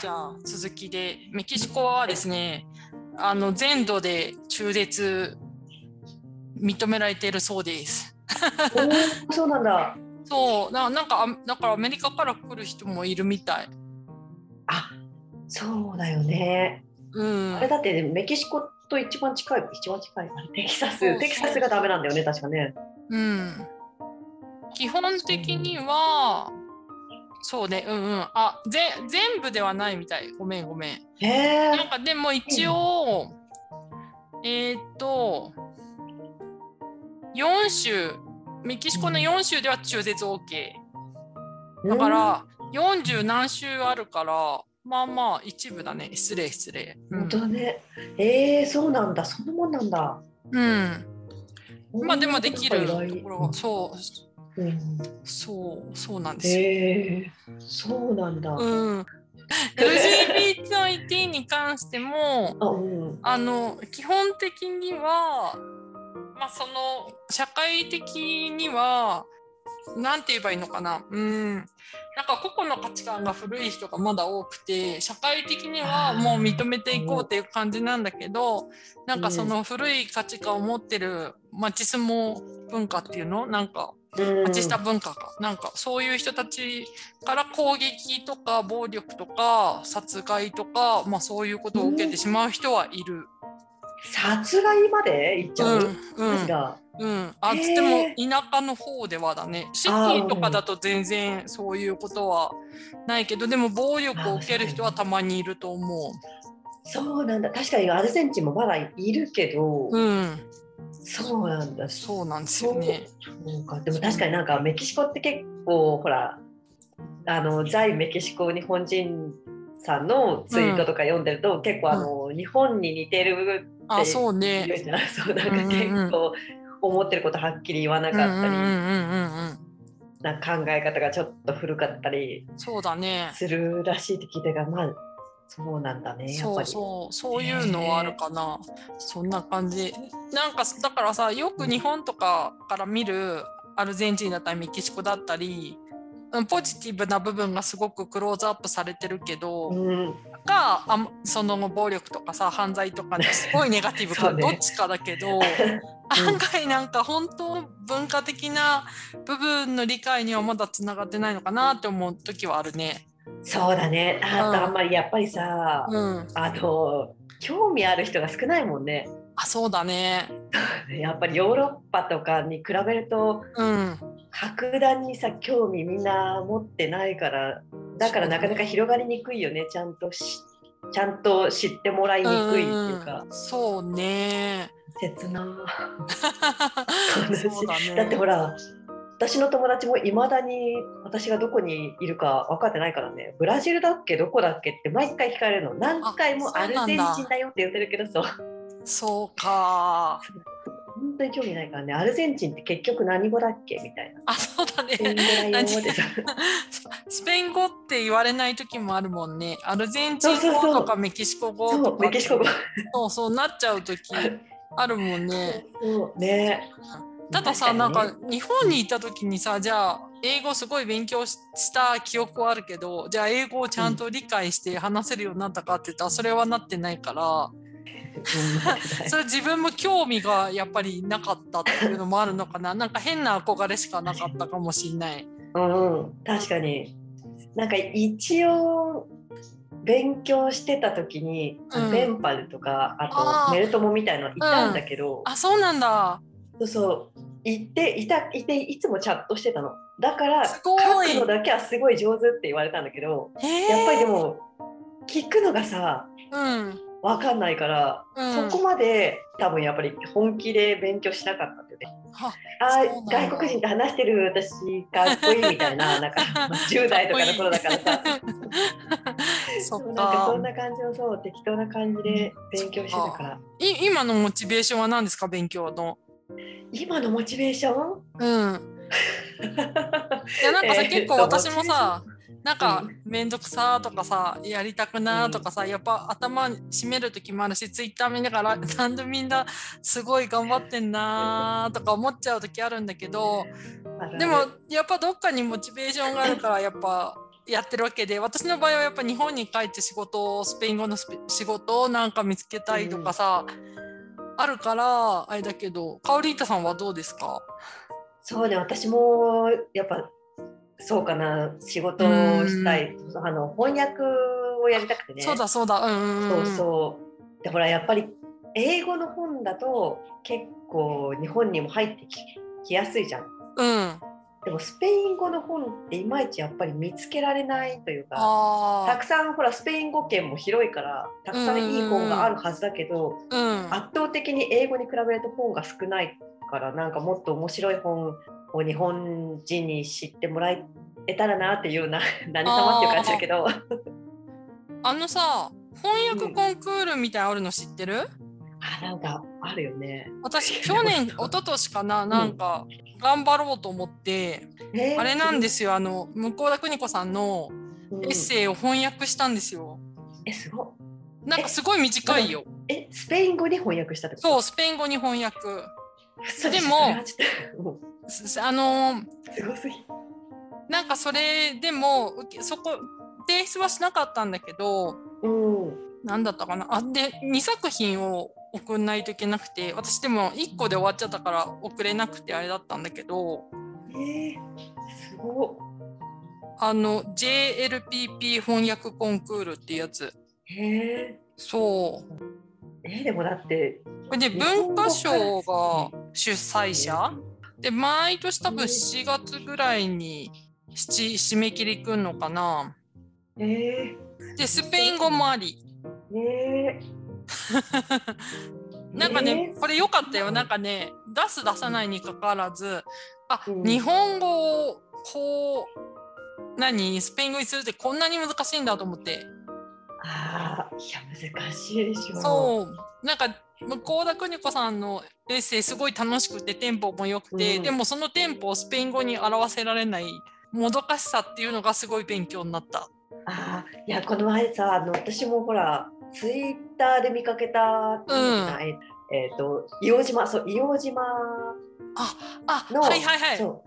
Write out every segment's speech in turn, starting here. じゃあ続きでメキシコはですねあの全土で中絶認められているそうです。おお、そうなんだ。そうななんかあだからアメリカから来る人もいるみたい。あ、そうだよね。うんあれ、だってメキシコと一番近い、一番近いあれテキサス、そうそうテキサスがダメなんだよね、確かね。うん、基本的にはそうねうんうんあぜ全部ではないみたいごめんごめん。へなんえ。かでも一応、えーっと4州メキシコの4州では中絶 OK だかうん、ら40何州あるからまあまあ一部だね失礼失礼、う本ん当だね。ええ、そうなんだ。そんなもんなんだ。うんまあでもできるとうんころはそううんそうそうなんですよ、へえ。そうなんだ。うん LGBT に関してもあ、うん。あの基本的には、まあ、その社会的には何て言えばいいのかなうんなんか個々の価値観が古い人がまだ多くて社会的にはもう認めていこうっていう感じなんだけどなんかその古い価値観を持ってるマチスモ文化っていうのなんかうん立ちした文化か、なんかそういう人たちから攻撃とか暴力とか殺害とか、まあ、そういうことを受けてしまう人はいる。殺害まで行っちうゃんう。うんが、うん、あへーつっても田舎の方ではだねシティとかだと全然そういうことはないけどでも暴力を受ける人はたまにいると思そうなんだ。確かにアルゼンチンもまだいるけど、う。うんそうなんだ。そうなんですよね。そうか。でも確かになんかメキシコって結構ほら、あの在メキシコ日本人さんのツイートとか読んでると、結構あの、日本に似てるあそうってね。いうじゃない。そうなんか結うんうん構思ってることはっきり言わなうんうかんったり、うんうんうんなんか考え方がちょっと古かったりそうだね。するらしいって聞いたが、まあそうなんだね。やっそぱうり。そうそういうのはあるかな、そんな感じなんかだからさよく日本とかから見るアルゼンチンだったりメキシコだったりうんポジティブな部分がすごくクローズアップされてるけど、うん。かあんその暴力とかさ犯罪とかにすごいネガティブそか、うねどっちかだけど案外なんか本当文化的な部分の理解にはまだつながってないのかなって思う時はあるね。そうだね。あ,、うんあんまりやっぱりさ、うん、あの興味ある人が少ないもんね。あそうだね。やっぱりヨーロッパとかに比べるとうん格段にさ興味みんな持ってないからだからなかなか広がりにくいよねちゃんとしちゃんと知ってもらいにくいっていうか、んんそうね 切なそうだねだってほら私の友達もいまだに私がどこにいるか分かってないからねブラジルだっけどこだっけって毎回聞かれるの何回もアルゼンチンだよって言ってるけどそうそうか本当に興味ないからねアルゼンチンって結局何語だっけみたいな。あそうだそんねぐらい思ってさスペイン語って言われない時もあるもんねアルゼンチンそうそうそ語うとかメキシコ語そとうかメキシコ語そうそうなっちゃう時あるもんねそうねたださなん確にか日本にいた時にさじゃあ英語すごい勉強しした記憶はあるけどじゃあ英語をちゃんと理解して話せるようになったかって言ったらそれはなってないからうんそれ自分も興味がやっぱりなかったっていうのもあるのかななんか変な憧れしかなかったかもしれない。うんうん確かになんか一応勉強してた時に、うんベンパルとかああーとメルトモみたいのいたんだけど、あそうなんだそうそう行っていたいていつもチャットしてたのだからす書ごくいのだけはすごい上手って言われたんだけどへえやっぱりでも聞くのがさうんわかんないから、うんそこまで多分やっぱり本気で勉強しなかったんだよね。はあそうなんーだ外国人と話してる私かっこいいみた いななんか10代とかの頃だからさそっなんかそんかな感じのそう適当な感じで勉強してたからい今のモチベーションは何ですか勉強の今のモチベーション うんいやなんかさ、えー結構と私もさなんかう面倒くさとかさやりたくなとかさ、やっぱ頭締める時もあるしツイッター見ながらなんでみんなすごい頑張ってんなーとか思っちゃう時あるんだけどあるあるでもやっぱどっかにモチベーションがあるからやっぱやってるわけで私の場合はやっぱ日本に帰って仕事をスペイン語のスペ仕事をなんか見つけたいとかさ、あるからあれだけどカオリータさんはどうですかそうね私もやっぱそうかな仕事をしたい、あの翻訳をやりたくてねそうだそうだうんうんそんうそうでほらやっぱり英語の本だと結構日本にも入ってききやすいじゃんうんでもスペイン語の本っていまいちやっぱり見つけられないというかたあくさんほらスペイン語圏も広いからたくさんいい本があるはずだけど、あうん圧倒的に英語に比べると本が少ないからなんかもっと面白い本を日本人に知ってもらえたらなっていうような 何様っていう感じだけどあのさ翻訳コンクールみたいなのあるの知ってる、あなんかあるよね。 私去年一昨年かななんか頑張ろうと思って、えーあれなんですよあの向田邦子さんのうんエッセイを翻訳したんですよ。えすごいなんかすごい短いよ。えスペイン語に翻訳したってことそうスペイン語に翻訳。 嘘でもそれはちょっともすあのーうすごすぎなんかそれでも受けそこ提出はしなかったんだけどうん何だったかなあで2作品を送んないといけなくて私でも1個で終わっちゃったから送れなくてあれだったんだけどえー、すごあの JLPP 翻訳コンクールっていうやついえそうー、えーでもだってこれで日文化本語から省が主催者で毎年多分うん7月ぐらいに七締め切りくんのかなえでスペイン語もありー、え なんかね、えーこれ良かったよなんかね出す出さないにかかわらずあ、うん日本語をこう何スペイン語にするってこんなに難しいんだと思ってあーいや難しいでしょそうなんか向田邦子さんのエッセイすごい楽しくてテンポも良くて、うんでもそのテンポをスペイン語に表せられないもどかしさっていうのがすごい勉強になった。あーいやこの前さあの私もほらツイッターで見かけた、えっ、えーと硫黄島そう硫黄島あのはいはいはいそ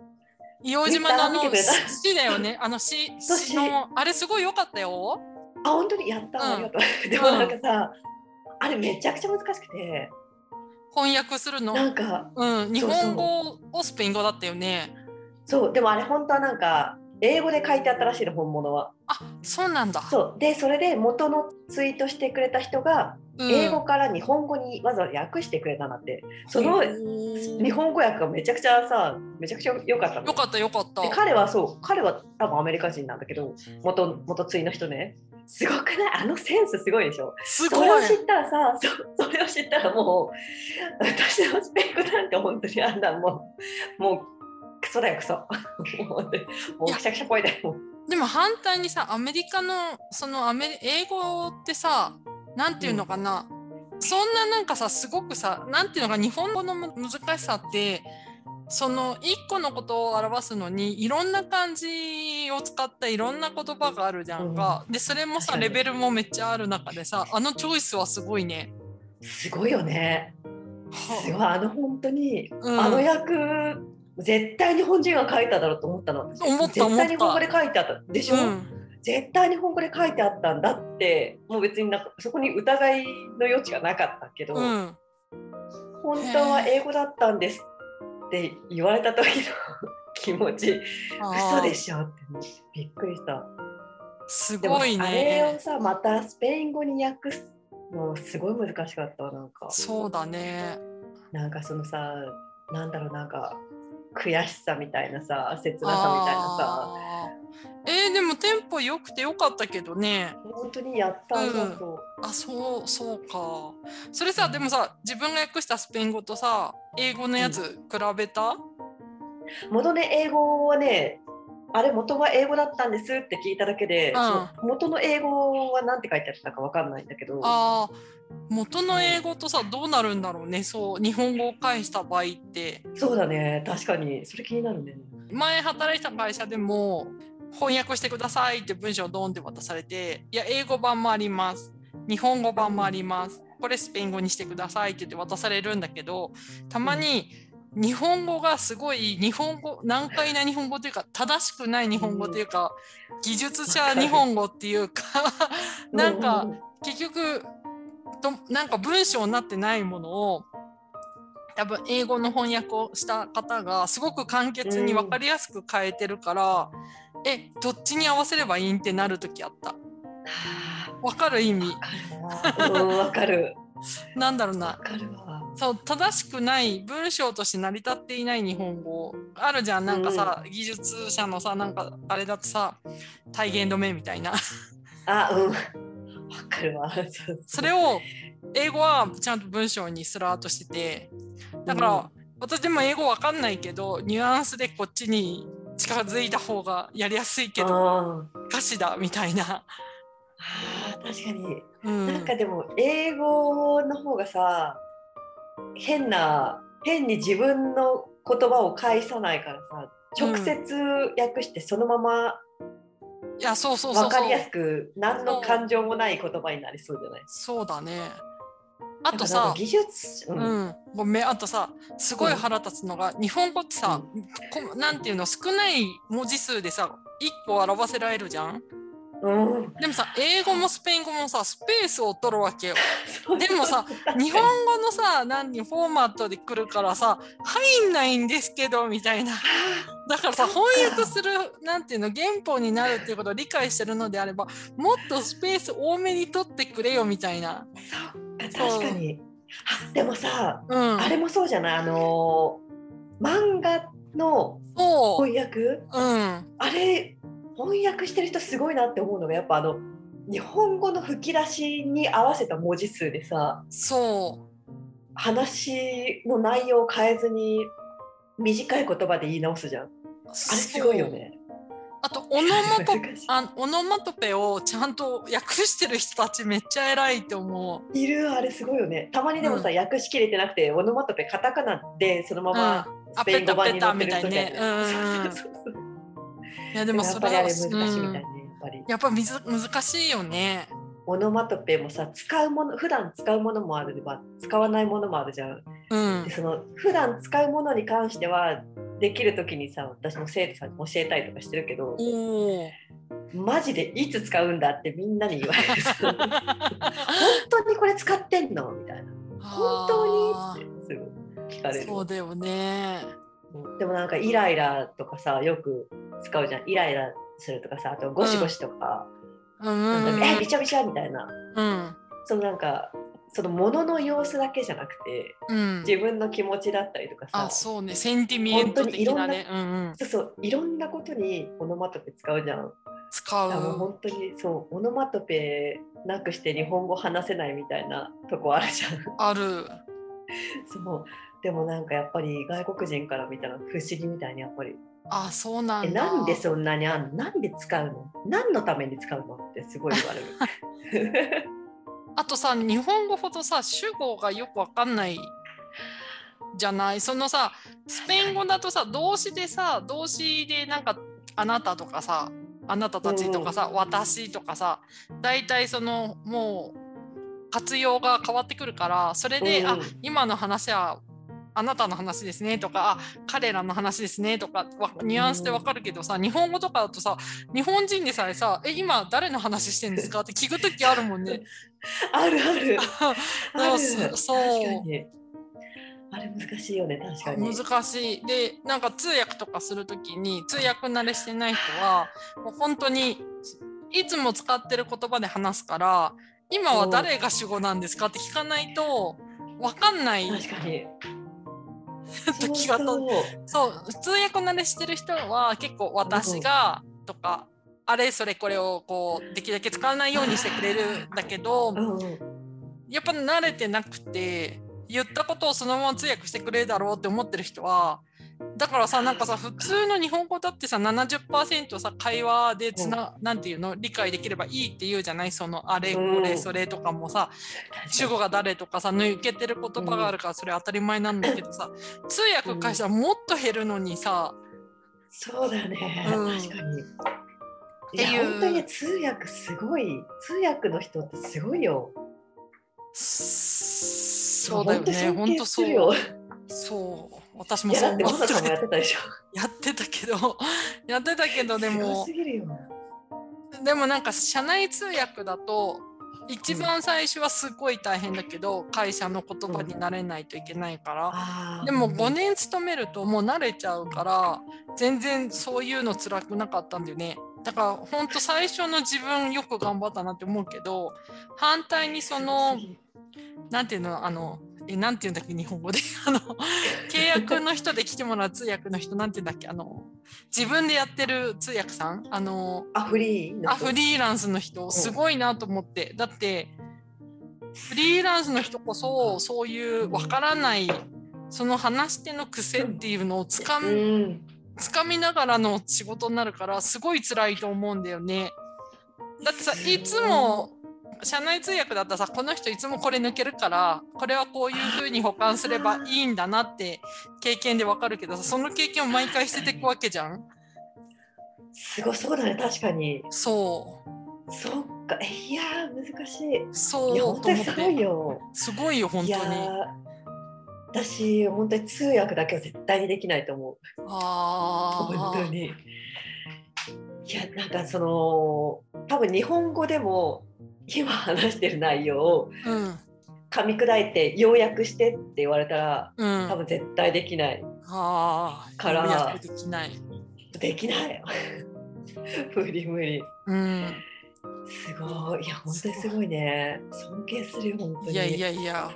硫黄島のあの見てくれた詩だよね。あの詩そう詩のあれすごい良かったよ。うあ本当にやった、うんありがとう でもなんかさ、あれめちゃくちゃ難しくて翻訳するの。なんかうん、日本語をスペイン語だったよね。そうでもあれ本当はなんか英語で書いてあったらしいの本物はあそうなんだ。そうでそれで元のツイートしてくれた人がうん英語から日本語にわざわざ訳してくれたなってその日よ本語訳がめちゃくちゃさめちゃくちゃ良かったのかったよかったで。彼はそう彼は多分アメリカ人なんだけど元元対の人ねすごくないあのセンスすごいでしょすそれごをい知。ったらさそそれを知ったらもう私のスペイン語なんて本当にあんなもうもうクソだよクソもうねもうくしゃくしゃ声だよでも反対にさアメリカのそのアメリ英語ってさなんていうのかな、そんななんかさすごくさなんていうのか日本語のむ難しさってその一個のことを表すのにいろんな漢字を使ったいろんな言葉があるじゃんか、でそれもさ確かレにベルもめっちゃある中でさあのチョイスはすごいね。すごいよねすごいあの本当に、うんあの役絶対日本人が書いただろうと思ったの私思った絶対思日った本語で書いてあったでしょ、うん絶対日本語で書いてあったんだってもう別になんかそこに疑いの余地がなかったけど、うん本当は英語だったんですって言われた時の気持ち嘘でしょって思ってびっくりしたあーすでもごいあれをね。さまたスペイン語に訳すのすごい難しかったわなんかそうだね。なんかそのさなんだろうなんか悔しさみたいなさ切なさみたいなさあーえーでもテンポ良くて良かったけどね。本当にやったんだと、あそうそうかそれさでもさ自分が訳したスペイン語とさ英語のやつ比べた、元ね英語はねあれ元は英語だったんですって聞いただけで、うんその元の英語はなんて書いてあったかわかんないんだけどあー元の英語とさどうなるんだろうねそう日本語を返した場合ってそうだね確かにそれ気になるね前働いてた会社でも翻訳してくださいって文章をドンって渡されていや英語版もあります日本語版もありますこれスペイン語にしてくださいって言って渡されるんだけどたまに日本語がすごい日本語難解な日本語というか正しくない日本語というか、技術者日本語っていうかなんか うん結局となんか文章になってないものを多分英語の翻訳をした方がすごく簡潔に分かりやすく変えてるから、えどっちに合わせればいいんってなる時あった。わかる意味うんわかるなんだろうなわかるわそう正しくない文章として成り立っていない日本語あるじゃんなんかさ、技術者のさなんかあれだとさ体言止めみたいなあうんわかるわそれを英語はちゃんと文章にスラーっとしててだから、私でも英語わかんないけどニュアンスでこっちに近づいた方がやりやすいけどど歌詞だみたいな。あー確かにうんなんかでも英語の方がさ変な変に自分の言葉を返さないからさうん直接訳してそのままいやそうそうそうそ分うかりやすく何の感情もない言葉になりそうじゃないそうだねあとなんかさ技術うんうんうん、ごめんあとさすごい腹立つのが、日本語ってさ、こなんていうの少ない文字数でさ1個表せられるじゃんでもさ英語もスペイン語もさスペースを取るわけよでもさ日本語のさ何フォーマットで来るからさ入んないんですけどみたいなだからさそっ翻か訳するなんていうの原本になるっていうことを理解してるのであればもっとスペース多めに取ってくれよみたいなそう確かにあでもさうんあれもそうじゃないあのー漫画のそう翻訳うんあれ翻訳してる人すごいなって思うのがやっぱあの日本語の吹き出しに合わせた文字数でさそう話の内容を変えずに短い言葉で言い直すじゃんああれれすごいよ。ねあとオノマトペ難しいあオノマトペをちゃんと訳してる人たちめっちゃ偉いって思う。いるあれすごいよねたまにでもさ、う訳しきれてなくてオノマトペカタカナでそのままあスペイン語版に載ってる人ペタペタみたいねそうそうそういやででももやっそぱれりあれ難はしいみたいね、うんやっぱりやっぱみず難しいよね。オノマトペもさ使うもの普段使うものもあれば使わないものもあるじゃんうんで。その普段使うものに関してはできる時にさ私も生徒さんに教えたりとかしてるけどおお。マジでいつ使うんだってみんなに言われる本当にこれ使ってんのみたいな本あ当ーにってすごい聞かれるそうだよね。でもなんかイライラとかさよく使うじゃんイライラするとかさあとゴシゴシとか、うんうなんんうかんえびちゃびちゃみたいなうんそのなんかそのものの様子だけじゃなくてうん。自分の気持ちだったりとかさ、あそうねセンティミエント的なね。うんうん。そうそういろんなことにオノマトペ使うじゃん。使だからもうう。本当にそうオノマトペなくして日本語話せないみたいなとこあるじゃん。 ある。そうでもなんかやっぱり外国人から見たら不思議みたいにやっぱりあそう「なえんだ。なんでそんなにあんのなんで使うの何のために使うの?」ってすごい言わ れる。あとさ日本語ほどさ主語がよくわかんないじゃないそのさスペイン語だとさ動詞でさ動詞でなんか「あなた」とかさ「あなたたち」とかさ「私」とかさ大体そのもう活用が変わってくるからそれで「うんあ今の話はあなたの話ですね」とか「あ彼らの話ですね」とかわニュアンスでわかるけどさ日本語とかだとさ日本人でさえさ「え今誰の話してんですか?」って聞く時あるもんね。あるあるある そうそう確かにあれ難しいよね確かに。難しいでなんか通訳とかするときに通訳慣れしてない人はもう本当にいつも使ってる言葉で話すから今は誰が主語なんですかって聞かないと分かんない確か に。と気が遠いそうそうそう通訳慣れしてる人は結構「私が」とか「あれそれこれ」をこうできるだけ使わないようにしてくれるんだけどうんやっぱ慣れてなくて言ったことをそのまま通訳してくれるだろうって思ってる人はだからさなんかさ普通の日本語だってさ70%さ会話でつな,、なんていうの理解できればいいっていうじゃないそのあれこうれんそれとかもさ、主語が誰とかさ抜けてる言葉があるからそれ当たり前なんだけどさ、通訳会社はもっと減るのにさ、そうだね、うん確かに。ていやいう本当にね通訳すごい通訳の人ってすごいよ。そうだよね本当本に当尊敬すそるうよ。そう私 いもやそうだって思まってたさんもやってたでしょ。 やってたけどやってたけどですごもすぎるよ。でもなんか社内通訳だと一番最初はすごい大変だけど、会社の言葉に慣れないといけないから、あーでも5年勤めるともう慣れちゃうから全然そういうの辛くなかったんだよねだからほんと最初の自分よく頑張ったなって思うけど反対にそのなんていうのあのえなんていうんだっけ日本語で あの契約の人で来てもらう通訳の人なんていうんだっけあの自分でやってる通訳さんあのあフリーのあフリーランスの人すごいなと思ってだってフリーランスの人こそそういうわからないその話し手の癖っていうのをつか,、うんつかみながらの仕事になるからすごい辛いと思うんだよね。だってさいつも社内通訳だったらさこの人いつもこれ抜けるからこれはこういうふうに保管すればいいんだなって経験でわかるけどさその経験を毎回捨てていくわけじゃん。すごそうだね確かに。そそっかえいやー難しい。うそういやと本当思っにすごいてよ。すごいよ本い当やに。ー私本当に通訳だけは絶対にできないと思う。あ本当ーに。いやなんかその多分日本語でも今話してる内容をうん噛み砕いて要約してって言われたらうん多分絶対できないあーからやってできないできない 無理無理うんすごいいや本当にすごいね尊敬するよ本当にいやいやいや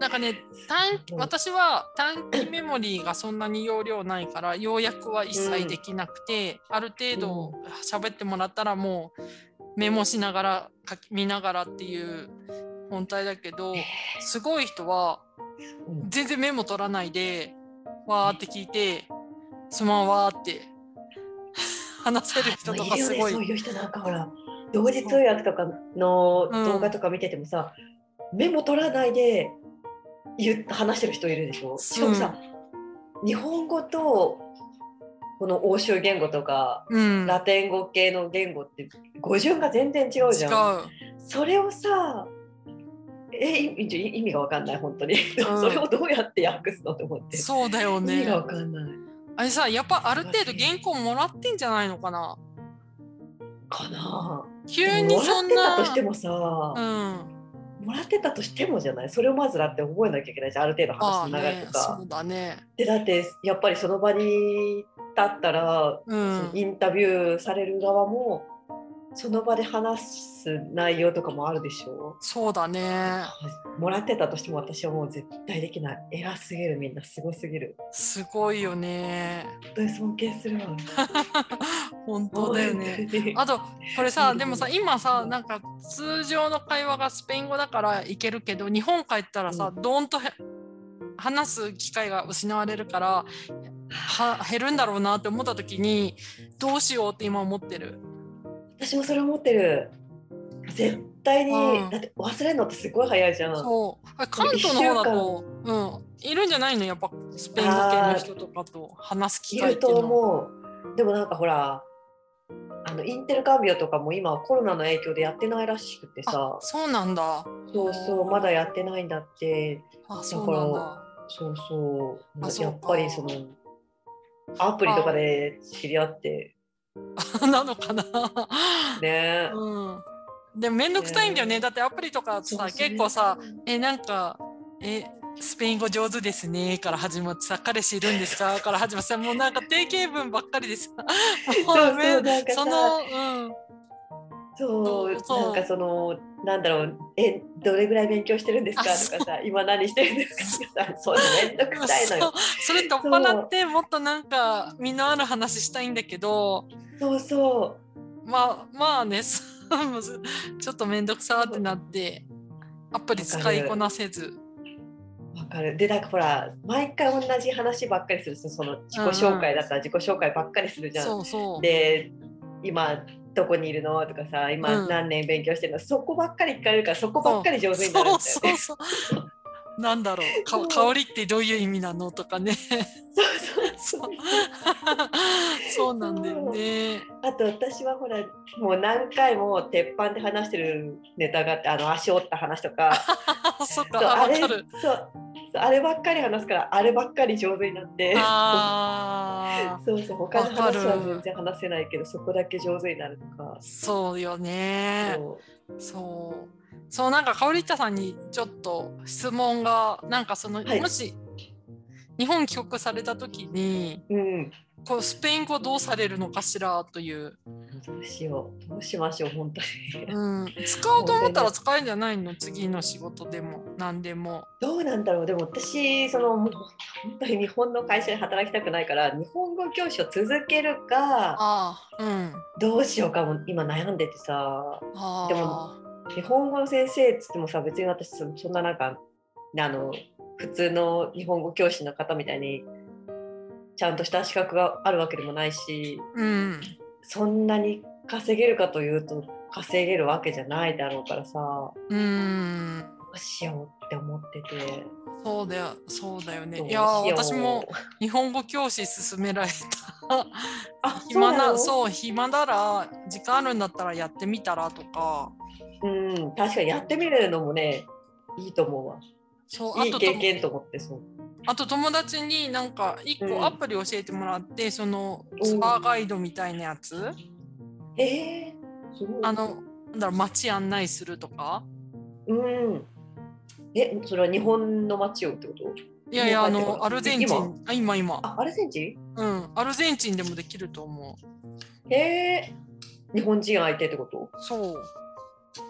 なんかね短期うん私は短期メモリーがそんなに容量ないから要約は一切できなくて、ある程度喋ってもらったらもうメモしながら書き見ながらっていう本体だけどすごい人はうん全然メモ取らないでわーって聞いてそのままわーって 話せる人とかすごいるよねそうい。いう人なんかほら同時通訳とかのうん動画とか見ててもさ、メモ取らないで言っ話してる人いるでしょしかもさ、日本語とこの欧州言語とかうん、ラテン語系の言語って語順が全然違うじ違ゃん。う。それをさえい意味がわかんない本当に、ん それをどうやって訳すのと思って、そうだよ意味ねが。わかんないあれさ、やっぱある程度原稿もらってんじゃないのかな。かな急にそんもらな。ってたとしてもさ、うん。もらってたとしてもじゃないそれをまずだって覚えなきゃいけないじゃんある程度ああ話の流れねと、か、そうだね。でだってやっぱりその場に立ったら、うそのん。インタビューされる側もその場で話す内容とかもあるでしょそうだね。もらってたとしても私はもう絶対できない偉すぎるみんなすごすぎるすごいよね。本当に尊敬する わ本当だよね。本当に あとこれさうんでもさ今さうんなんか通常の会話がスペイン語だからいけるけど日本帰ったらさうどんとへ話す機会が失われるからは 減るんだろうなって思った時にどうしようって今思ってる。私もそれ思ってる絶対に、うんだって忘れるのってすごい早いじゃんそうあ関東の方だと、うん、いるんじゃないのやっぱスペイン語系の人とかと話す機い会っるてというのは。思う。でもなんかほら、あのインテルカンビオとかも今コロナの影響でやってないらしくてあさ、そうなんだ。そうそう、まだやってないんだって、あそうなんだ。 そうそう、あそうかやっぱりその、アプリとかで知り合って、なのかな。ね。うん、でも面倒くさいんだよね、ねだってアプリとかさそうそう結構さ、えなんかえスペイン語上手ですねから始まってさ彼氏いるんですかから始まってさもうなんか定型文ばっかりでさも そうそううめんなんかそさのうんそうそうなんかそのなんだろうえどれぐらい勉強してるんですかあそうとかさ今何してるんですかとかさそうめんどくさそいのう よそれ取っ払ってもっとなんか身のある話したいんだけどそうそうまあまあね そうむずちょっと面倒くさってなってアプリ使いこなせずわかるでなんかほら毎回同じ話ばっかりするそその自己紹介だったら自己紹介ばっかりするじゃん。そうそうで今どこにいるのとかさ今うん何年勉強してるの、そこばっかり聞かれるからそこばっかり上手になるんだよそうね。そう そうそう。なんだろうかそう香りってどういう意味なのとかねそうそう そうなんだよねあと私はほらもう何回も鉄板で話してるネタがあってあの足折った話とか あそっかそうああわれかそうるそうあればっかり話すからあればっかり上手になってああそうそう他わのかる話は全然話せないけどそこだけ上手になるとか、そうよねそうそうそうなんかカオリッタさんにちょっと質問がなんかその、はいもし日本帰国された時にうんこうスペイン語どうされるのかしらという、どうしようどうしましょう本当に うん、使おうと思ったら使えるんじゃないの次の仕事でも何でも。どうなんだろうでも私そのもう本当に日本の会社で働きたくないから日本語教師を続けるかああうんどうしようかも今悩んでてさあでも日本語の先生っつってもさ別に私そそんななんかあの普通の日本語教師の方みたいにちゃんとした資格があるわけでもないしーうんそんなに稼げるかというと稼げるわけじゃないだろうからさどうんうしようって思っててそうだよそうだよねどういしやようー私も日本語教師勧められたあ暇なそうそう暇なら時間あるんだったらやってみたらとかなのうん確かにやってみるのもねいいと思うわそうあいいと経験と思ってそうあと友達になんか1うん個アプリ教えてもらって、そのおツアーガイドみたいなやつえー、すごいあのなんだろう街案内するとかうんえそれは日本の街をってこといやいやあ日本帰ってのからアルゼンチン今あ今今あアルゼンチンうんアルゼンチンでもできると思へえ日本人相手ってことうそう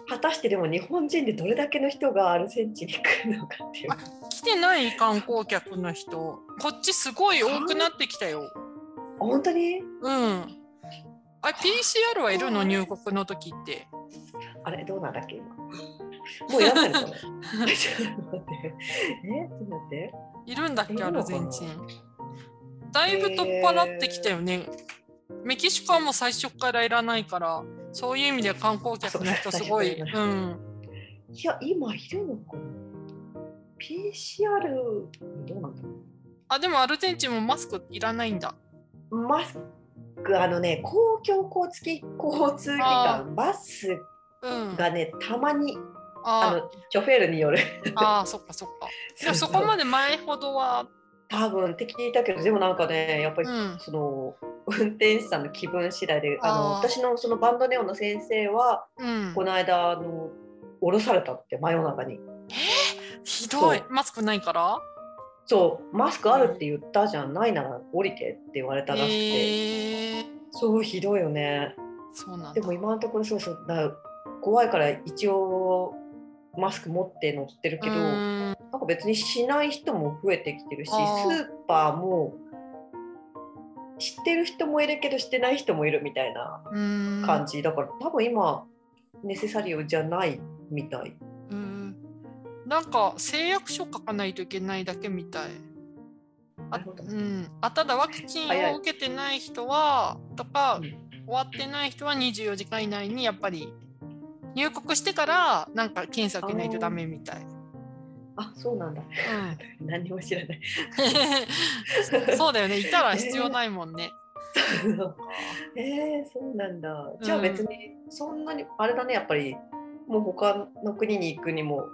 果たしてでも日本人でどれだけの人がアルゼンチンに来るのかっていうあ来てない観光客の人こっちすごい多くなってきたよ本当にうんあ PCR はいるの入国の時ってあれどうなんだっけ今もういら ないのか なちょっと待ってえちょっと待っているんだっいけるアルのかゼなンチンだいぶ取っ払ってきたよねメキシコはもう最初からいらないからそういう意味では観光客の人すごいそう最初うからいらんいや今いるのかな PCR どうなんだろあでもアルゼンチンもマスクいらないんだうマスクあのね公共交通機交通機あ関バスうんがねたまにああのチョフェールによる あーそっかそっかでもそこまで前ほどは多分って聞いたけどでもなんかねやっぱうりんその運転手さんの気分次第でああーの私のそのバンドネオの先生はうんこの間あの降ろされたって真夜中にひどいそうマスクないからそうマスクあるって言ったじゃんないなら降りてって言われたらしくて、えー、そうひどいよねそうなんでだ。も今のところそうそうだ怖いから一応マスク持って乗ってるけど、うなんーんか別にしない人も増えてきてるしスあーーパーも知ってる人もいるけどしてない人もいるみたいなうーん感じだから多分今ネセサリオじゃないみたいうーんなんか誓約書書かないといけないだけみたい。あなるほどうん、あただワクチン早いを受けてない人はとかうん終わってない人は24時間以内にやっぱり入国してからなんか検査受けないとダメみたい。あそうなんだう 何にも知らないん、 そうだよねいたら必要ないもんね。 えー、そうなんだじゃあうん別にそんなにあれだねやっぱりもう他の国に行くにも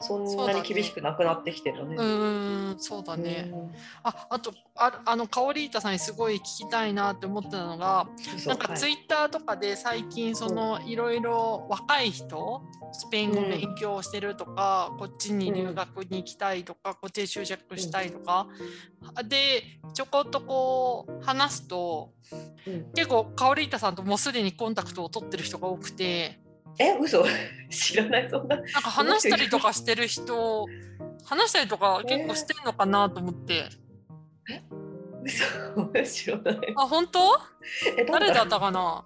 そんそうだなにね厳しくなくなってきてるねうーんそうだね。うんああとああのカオリータさんにすごい聞きたいなって思ってたのがそうなんかツイはいッターとかで最近そのいろいろ若い人スペイン語の勉強をしてるとか、こっちに留学に行きたいとか、こっちで就職したいとか、でちょこっとこう話すとうん結構カオリータさんともうすでにコンタクトを取ってる人が多くてえ嘘 知らないそんななんか話したりとかしてる 人話したりとか結構してるのかなと思って、嘘 知らないあ本当え誰だっろたかな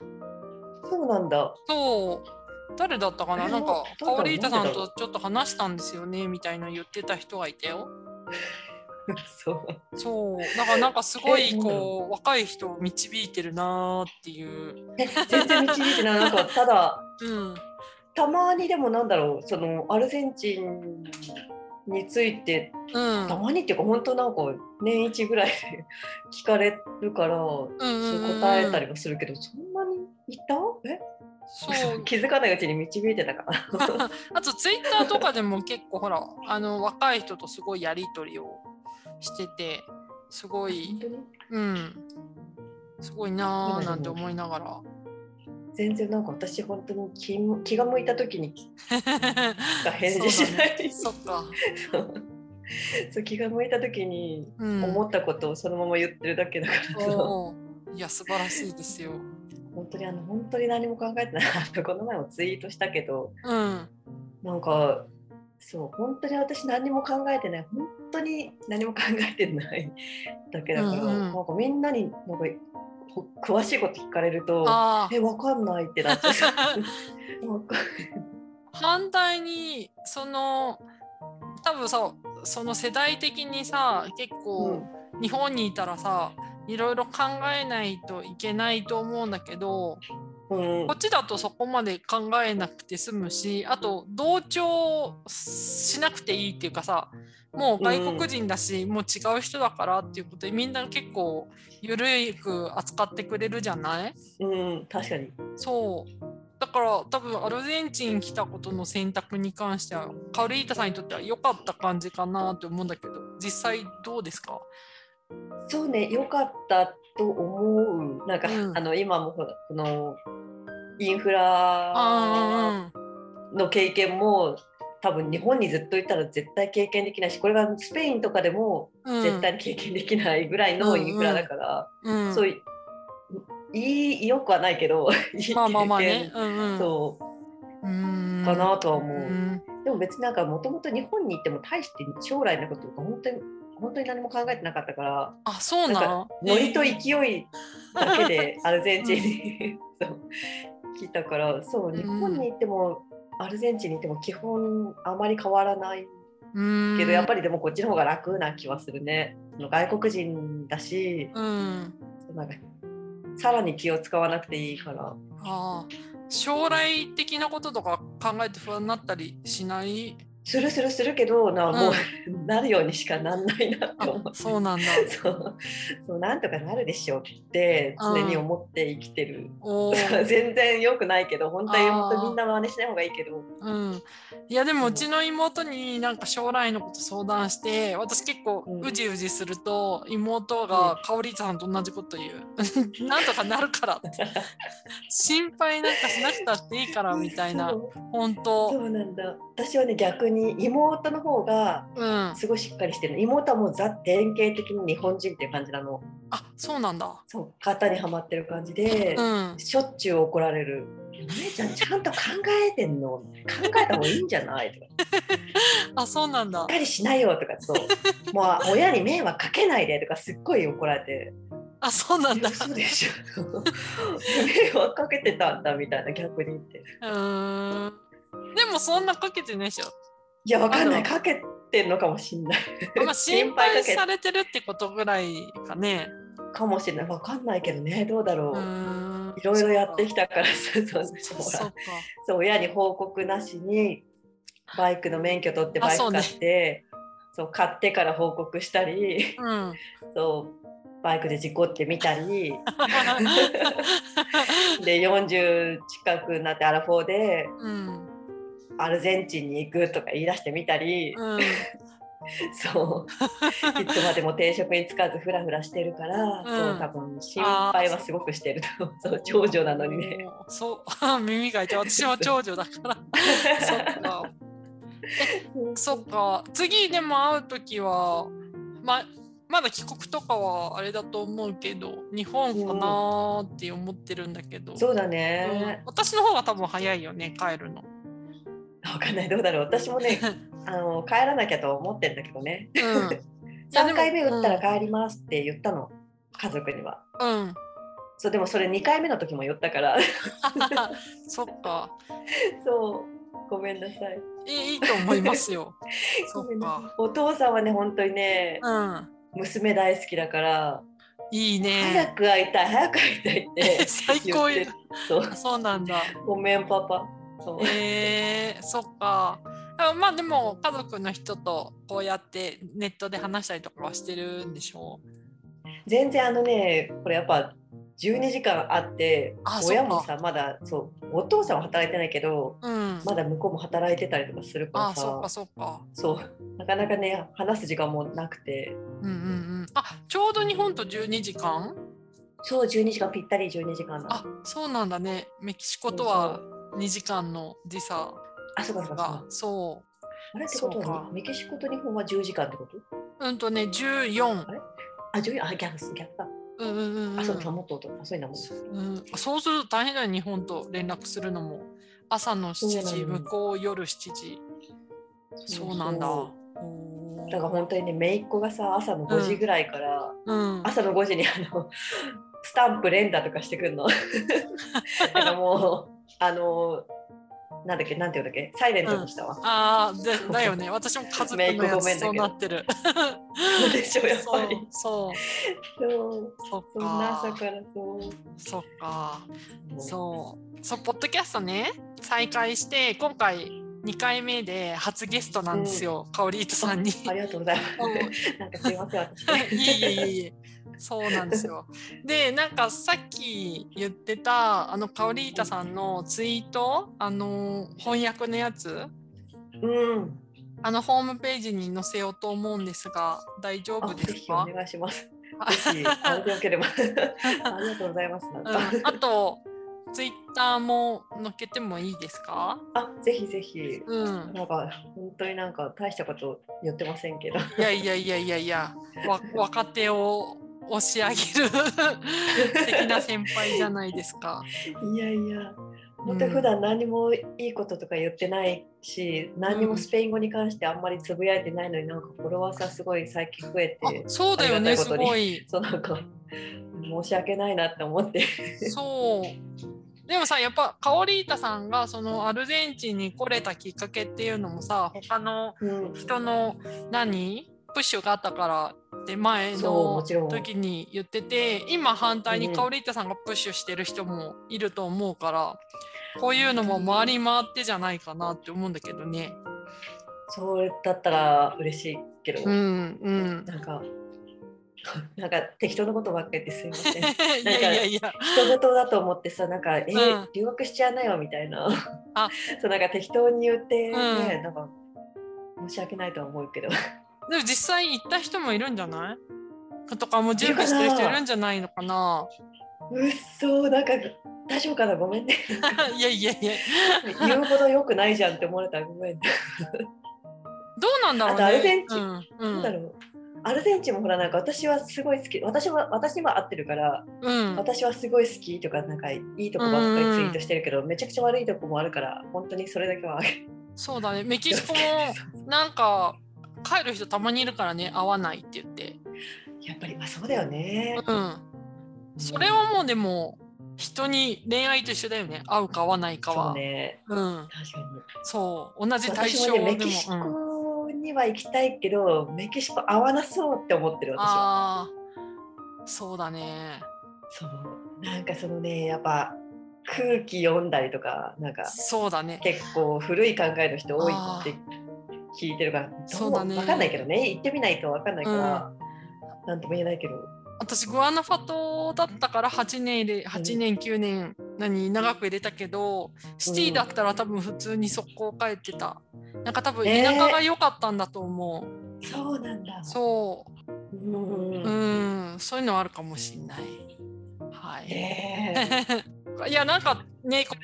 うそうなんだそう誰だったかなえなんかどカうオリータさんなんだろとちょっと話したんですよねみたいな言ってた人がいたよそうそうだからなんかすごえいなんだろうこう若い人を導いてるなーっていうえ全然導いてないなんか ただうんたまにでもなんだろうそのアルゼンチンについてうんたまにっていうか本当なんか年一ぐらいで聞かれるからそううんうんうん答えたりもするけどそんなにいたえそう気づかないうちに導いて たから。あとツイッターとかでも結構ほらあの若い人とすごいやり取りをしててすごい、当にうん、すごいなーなんて思いながら。全然なんか私本当に気も気が向いた時にしか返事しない。 そっか、そう そう気が向いた時にうん、思ったことをそのまま言ってるだけだからさ、おーいや素晴らしいですよ。本当にあの本当に何も考えてない この前もツイートしたけどうん、なんかそう本当に私何も考えてない本当に何も考えてない だけだうから、んうんなんかみんなになんかほ詳しいこと聞かれるとああえわかんないってなってさ わか反対にその多分さその世代的にさ結構、 うん日本にいたらさいろいろ考えないといけないと思うんだけどうんこっちだとそこまで考えなくて済むしあと同調しなくていいっていうかさもう外国人だし、もう違う人だからっていうことでみんな結構ゆるく扱ってくれるじゃないうん確かにそうだから多分アルゼンチン来たことの選択に関してはカウリータさんにとっては良かった感じかなって思うんだけど実際どうですかそうね、良かったと思う。なんか、うんあの今もほらこのインフラあーの経験も多分日本にずっといたら絶対経験できないし、これがスペインとかでもうん絶対に経験できないぐらいのインフラだから、うん、そういいい良くはないけど、いい経まあまあまあね験。うんうん、そううーんかなとは思う。うんでも別になんかもともと日本に行っても大して将来のこととか本当に本当に何も考えてなかったから。あそうなんなんかノリと勢いだけ でアルゼンチンにそう来たからそう日本に行ってもアルゼンチンに行っても基本あまり変わらないけどやっぱりりでもこっちの方が楽な気はするねその外国人だしうんなんかさらに気を使わなくていいからあー将来的なこととか考えて不安になったりしないするするするけどなうんもう、 なるようにしかなんないなって 思あう。そうなんだそうそうなんとかなるでしょうって常に思って生きてるおー 全然良くないけど本当にあー本当にみんな真似しない方がいいけどうん、いやでもうちの妹になんか将来のこと相談して私結構うんうじうじすると妹が香織さんと同じこと言う なんとかなるからっ て心配なんかしなくたっていいからみたいなそう本当そうなんだ私はね逆に妹の方がうんあすごいしっかりしてるの妹はもうザ典型的に日本人っていう感じなのそうなんだそう型にはまってる感じで、うんしょっちゅう怒られる「お 姉ちゃんちゃんと考えてんの考えた方がいいんじゃない?」とか「しあそうなんだっかりしないよ」とかそう「もう親に迷惑かけないで」とかすっごい怒られてあそうなんだ。そうでしょ迷惑かけてたんだみたいな逆に言って。うーんでもそんなかけてないでしょ。いや、わかんなあい。のかけてんのかもしんない。まあ、心 心配配かけされてるってことぐらいかね。かもしんない。わかんないけどね、どうだろうう。ーんいろいろやってきたから、そうそうそそううそそうう親に報告なしに、バイクの免許取ってあバイそうクね買って、そう,、買ってから報告したり、か。うん。そう、バイクで事故ってみたり、で、40近くなってアラフォーで うん。アルゼンチンに行くとか言い出してみたり、うん。そう。いつまでも定職に就かずフラフラしてるから、うんそう多分心配はすごくしてると思う。そう長女なのにね。もう。そう、耳が痛い。私も長女だから。そっか。そっか。次でも会うときは、ま、まだ帰国とかはあれだと思うけど、日本かなーって思ってるんだけど。 そうだうんね。私の方が多分早いよね帰るの。わかんないどうだろう。私もね、あの帰らなきゃと思ってんだけどね。 うん、 3回目打ったら帰りますって言ったの、家族には。うん そうでもそれ2回目の時も言ったから、 そっかそう。ごめんなさい。いいいいと思います よそごめっんなさいかお父さんはね本当にね、うん娘大好きだから、いい早ねく会いたい早く会いたいって 最言高ってよる。そうそうなんだごめんパパ。そうえー、そっかあまあでも家族の人とこうやってネットで話したりとかはしてるんでしょ全然あのねこれやっぱ12時間あってあ親そもっさまだそうお父さんは働いてないけどうん。まだ向こうも働いてたりとかするかあらあ、そさうか、そうか。そうなかなかね話す時間もなくてうんうんうん。あ、ちょうど日本と12時間。そう12時間ぴったり12時間だあ、そうなんだね。メキシコとは2時間の時差あそうかそがうかそうか。そあれってことそうはかメキシコと日本は10時間ってことう。うんとね、14。あ14あギャップギャップだうんうんうんうん。あそうかもっと音あそういうのもうん、そうすると大変だよ日本と連絡するのも朝の7そう時なの向こう夜7時そうなんだそうおーだから本当にね姪っ子がさ朝の5時ぐらいから、うん朝の5時にあの スタンプ連打とかしてくる の。だからもうあのなんだっけなんていうんだっけサイレントにしたわ。あーでだよね私も家族のメイクやごつめんだけどそうなってるそうでしょやっそぱうり。そうそうそっそんな朝かからそう。そっかそうそうポッドキャストね再開して今回2回目で初ゲストなんですよ、カオリートさんに。ありがとうございまそうす。なんかすいません私。 いえいえいえいえ。そうなんですよ。で、なんかさっき言ってた、あの、カオリータさんのツイート、あの、翻訳のやつ、うん。あの、ホームページに載せようと思うんですが、大丈あ夫でぜすひかお願い します。あぜひもしよければ。 ありがとうございます。なんうかん、あと、ツイッターも載っけてもいいですかあぜひぜひ。うん。なんか本当になんか大したこと言ってませんけ ど。いやいやいやいやいや、わ若手を押し上げ る素敵な先輩じゃないですか。いやいや、本当に普段何もいいこととか言ってないし、何にもスペイン語に関してあんまりつぶやいてないのになんかフォロワーさんすごい最近増えあて、そうだよあね、りがすたいことにごい。そうなんか申し訳ないなって思って。そう。でもさ、やっぱカオリータさんがそのアルゼンチンに来れたきっかけっていうのもさ、他のうん、人の何プッシュがあったからって前そうのもちろん時に言ってて、今反対うにんカオリータさんがプッシュしてる人もいると思うから、こういうのも回り回ってじゃないかなって思うんだけどね。そうだったら嬉しいけど、うん うん。なんか。 なんか適当なことばっかり言ってすいません人いやいやいや。事だと思ってさなんか「えうん留学しちゃいなよ」みたいなあ そうなんか適当に言って、ねうなんか申し訳ないとは思うけど でも実際行った人もいるんじゃないとかもう準備してる人いるんじゃないのかな。 うっそなんか大丈夫かなごめんね いやいやいや。言うほど良くないじゃんって思われたらごめんねどうなんだろうね。あとアルゼンチンうん。うなんんだろうアルゼンチンもほらなんか私はすごい好き私は私には合ってるから、うん。私はすごい好きとかなんかいいとこばっかりツイートしてるけど、めちゃくちゃ悪いとこもあるから本当にそれだけはそうだね。メキシ コもなんか帰る人たまにいるからね、会わないって言って。やっぱりあそうだよね、うん。それはもうでも人に恋愛と一緒だよね。会うか会わないかそうは。ねうん。確かにそう。同じ対私象でもねも。メキシうん、コには行きたいけど、メキシコ合わなそうって思ってる私はああ。そうだね。そうなんかそのねやっぱ空気読んだりとかなんかそうだね。結構古い考えの人多いあって聞いてるからどうそうだね分かんないけどね行ってみないと分かんないから、なんとも言えないけど私グアナファトだったから8年入れ8年9年何長く入れたけどシティだったら多分普通に速攻帰ってたなんか多分ねえ田舎が良かったんだと思う、そうなんだ、そうんううんそういうのはあるかもしんないはい、 えいやなんかねこ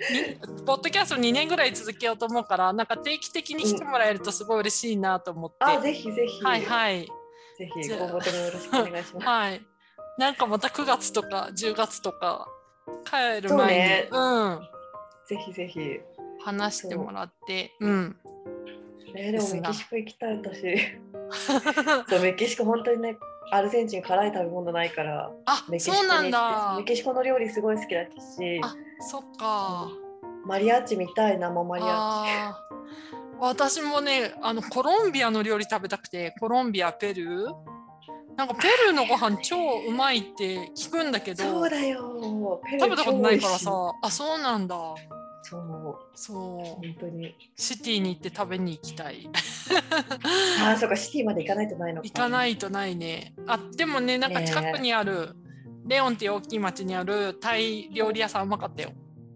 にポッドキャスト2年ぐらい続けようと思うからなんか定期的に来てもらえるとすごい嬉しいなと思って、あぜひぜひ、はいはいぜひご応募ともよろしくお願いします。 はい。なんかまた9月とか10月とか帰る前にう、そん、ぜひぜひ。え話してもらって、うん。ーでもメキシコ行きたい私。 そうメキシコ本当にねアルゼンチン辛い食べ物ないからあメキシコそうなんにだメ。キシコの料理すごい好きだったしあそっか。マリアッチみたい生マリアッチ。あー私もねあのコロンビアの料理食べたくてコロンビアペルーなんかペルーのご飯超うまいって聞くんだけどそうだよ。食べたことないからペルー超さあそうなんだ美味しい。そう、そ本当に。うシティに行って食べに行きた い。ああ、そうか、シティまで行かないとないのか。行かい。ないとないね。あでもねなんかねえ近くにあるレオンっていう大きい町にあるタイ料理屋さんうまかったよ。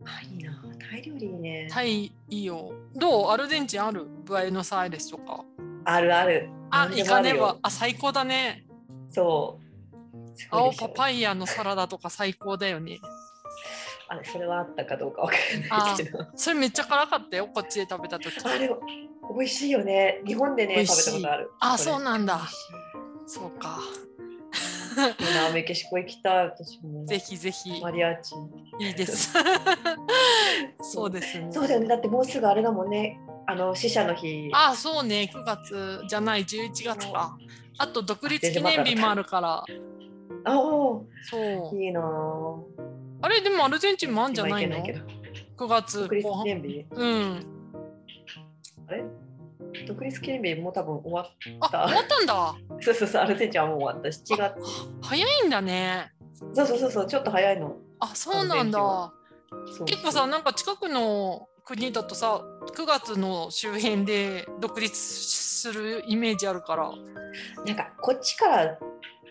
あいいなタイ料理いいねタイいいよ。どうアルゼンチンあるブエノスアイレスとか。あるあるあ何で行もかあねるよば。あ最高だね。そうすごい青でしょパパイヤのサラダとか最高だよね。あそれはあったかどうかわからないけどそれめっちゃ辛かったよこっちで食べた時。あでも美味しいよね日本で美ね味しい食べたことあるあこれそうなんだ美味しいそうか。いいなメキシコ行きたい私もぜひぜひマリアッチいいです。そうですね。そうだよねだってもうすぐあれだもんねあの死者の日あそうね9月じゃない11月か。あと独立記念日もあるから。あおそうー。いいなあれでもアルゼンチンもあんじゃないの今行けない ?9 月けど独立後記半。念日うん。あれ独立記念日もう多分終わっあ終わったんだ。 そうそうそうアルゼンチンはもう終わった7月早いんだね。そうそうそうそうちょっと早いのあそうなんだ。そう結構さなんか近くの国だとさ9月の周辺で独立するイメージあるから。なんかこっちから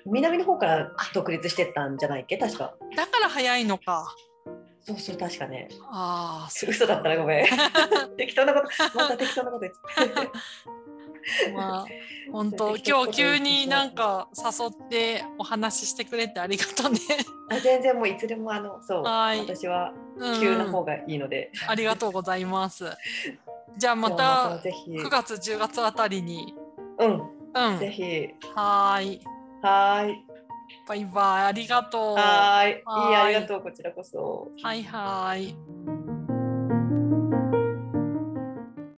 南の方から独立してったんじゃないっけ確かだから早いのか。そうそう確かねああ、そう嘘だったら ごめん適当なことまた適当なこと言ってまあ、本 当、今日急になんか誘ってお話ししてくれてありがとうね。あ全然もういつでもあのそうはい私はうん 急な方がいいので、ありがとうございます。じゃあまじゃあたぜひ9月、10月あたりに。ううんぜん。ひはーい。はーいバイバイ。ありがとう。ははーいいいはーあいりがとうこちらこそいはーい。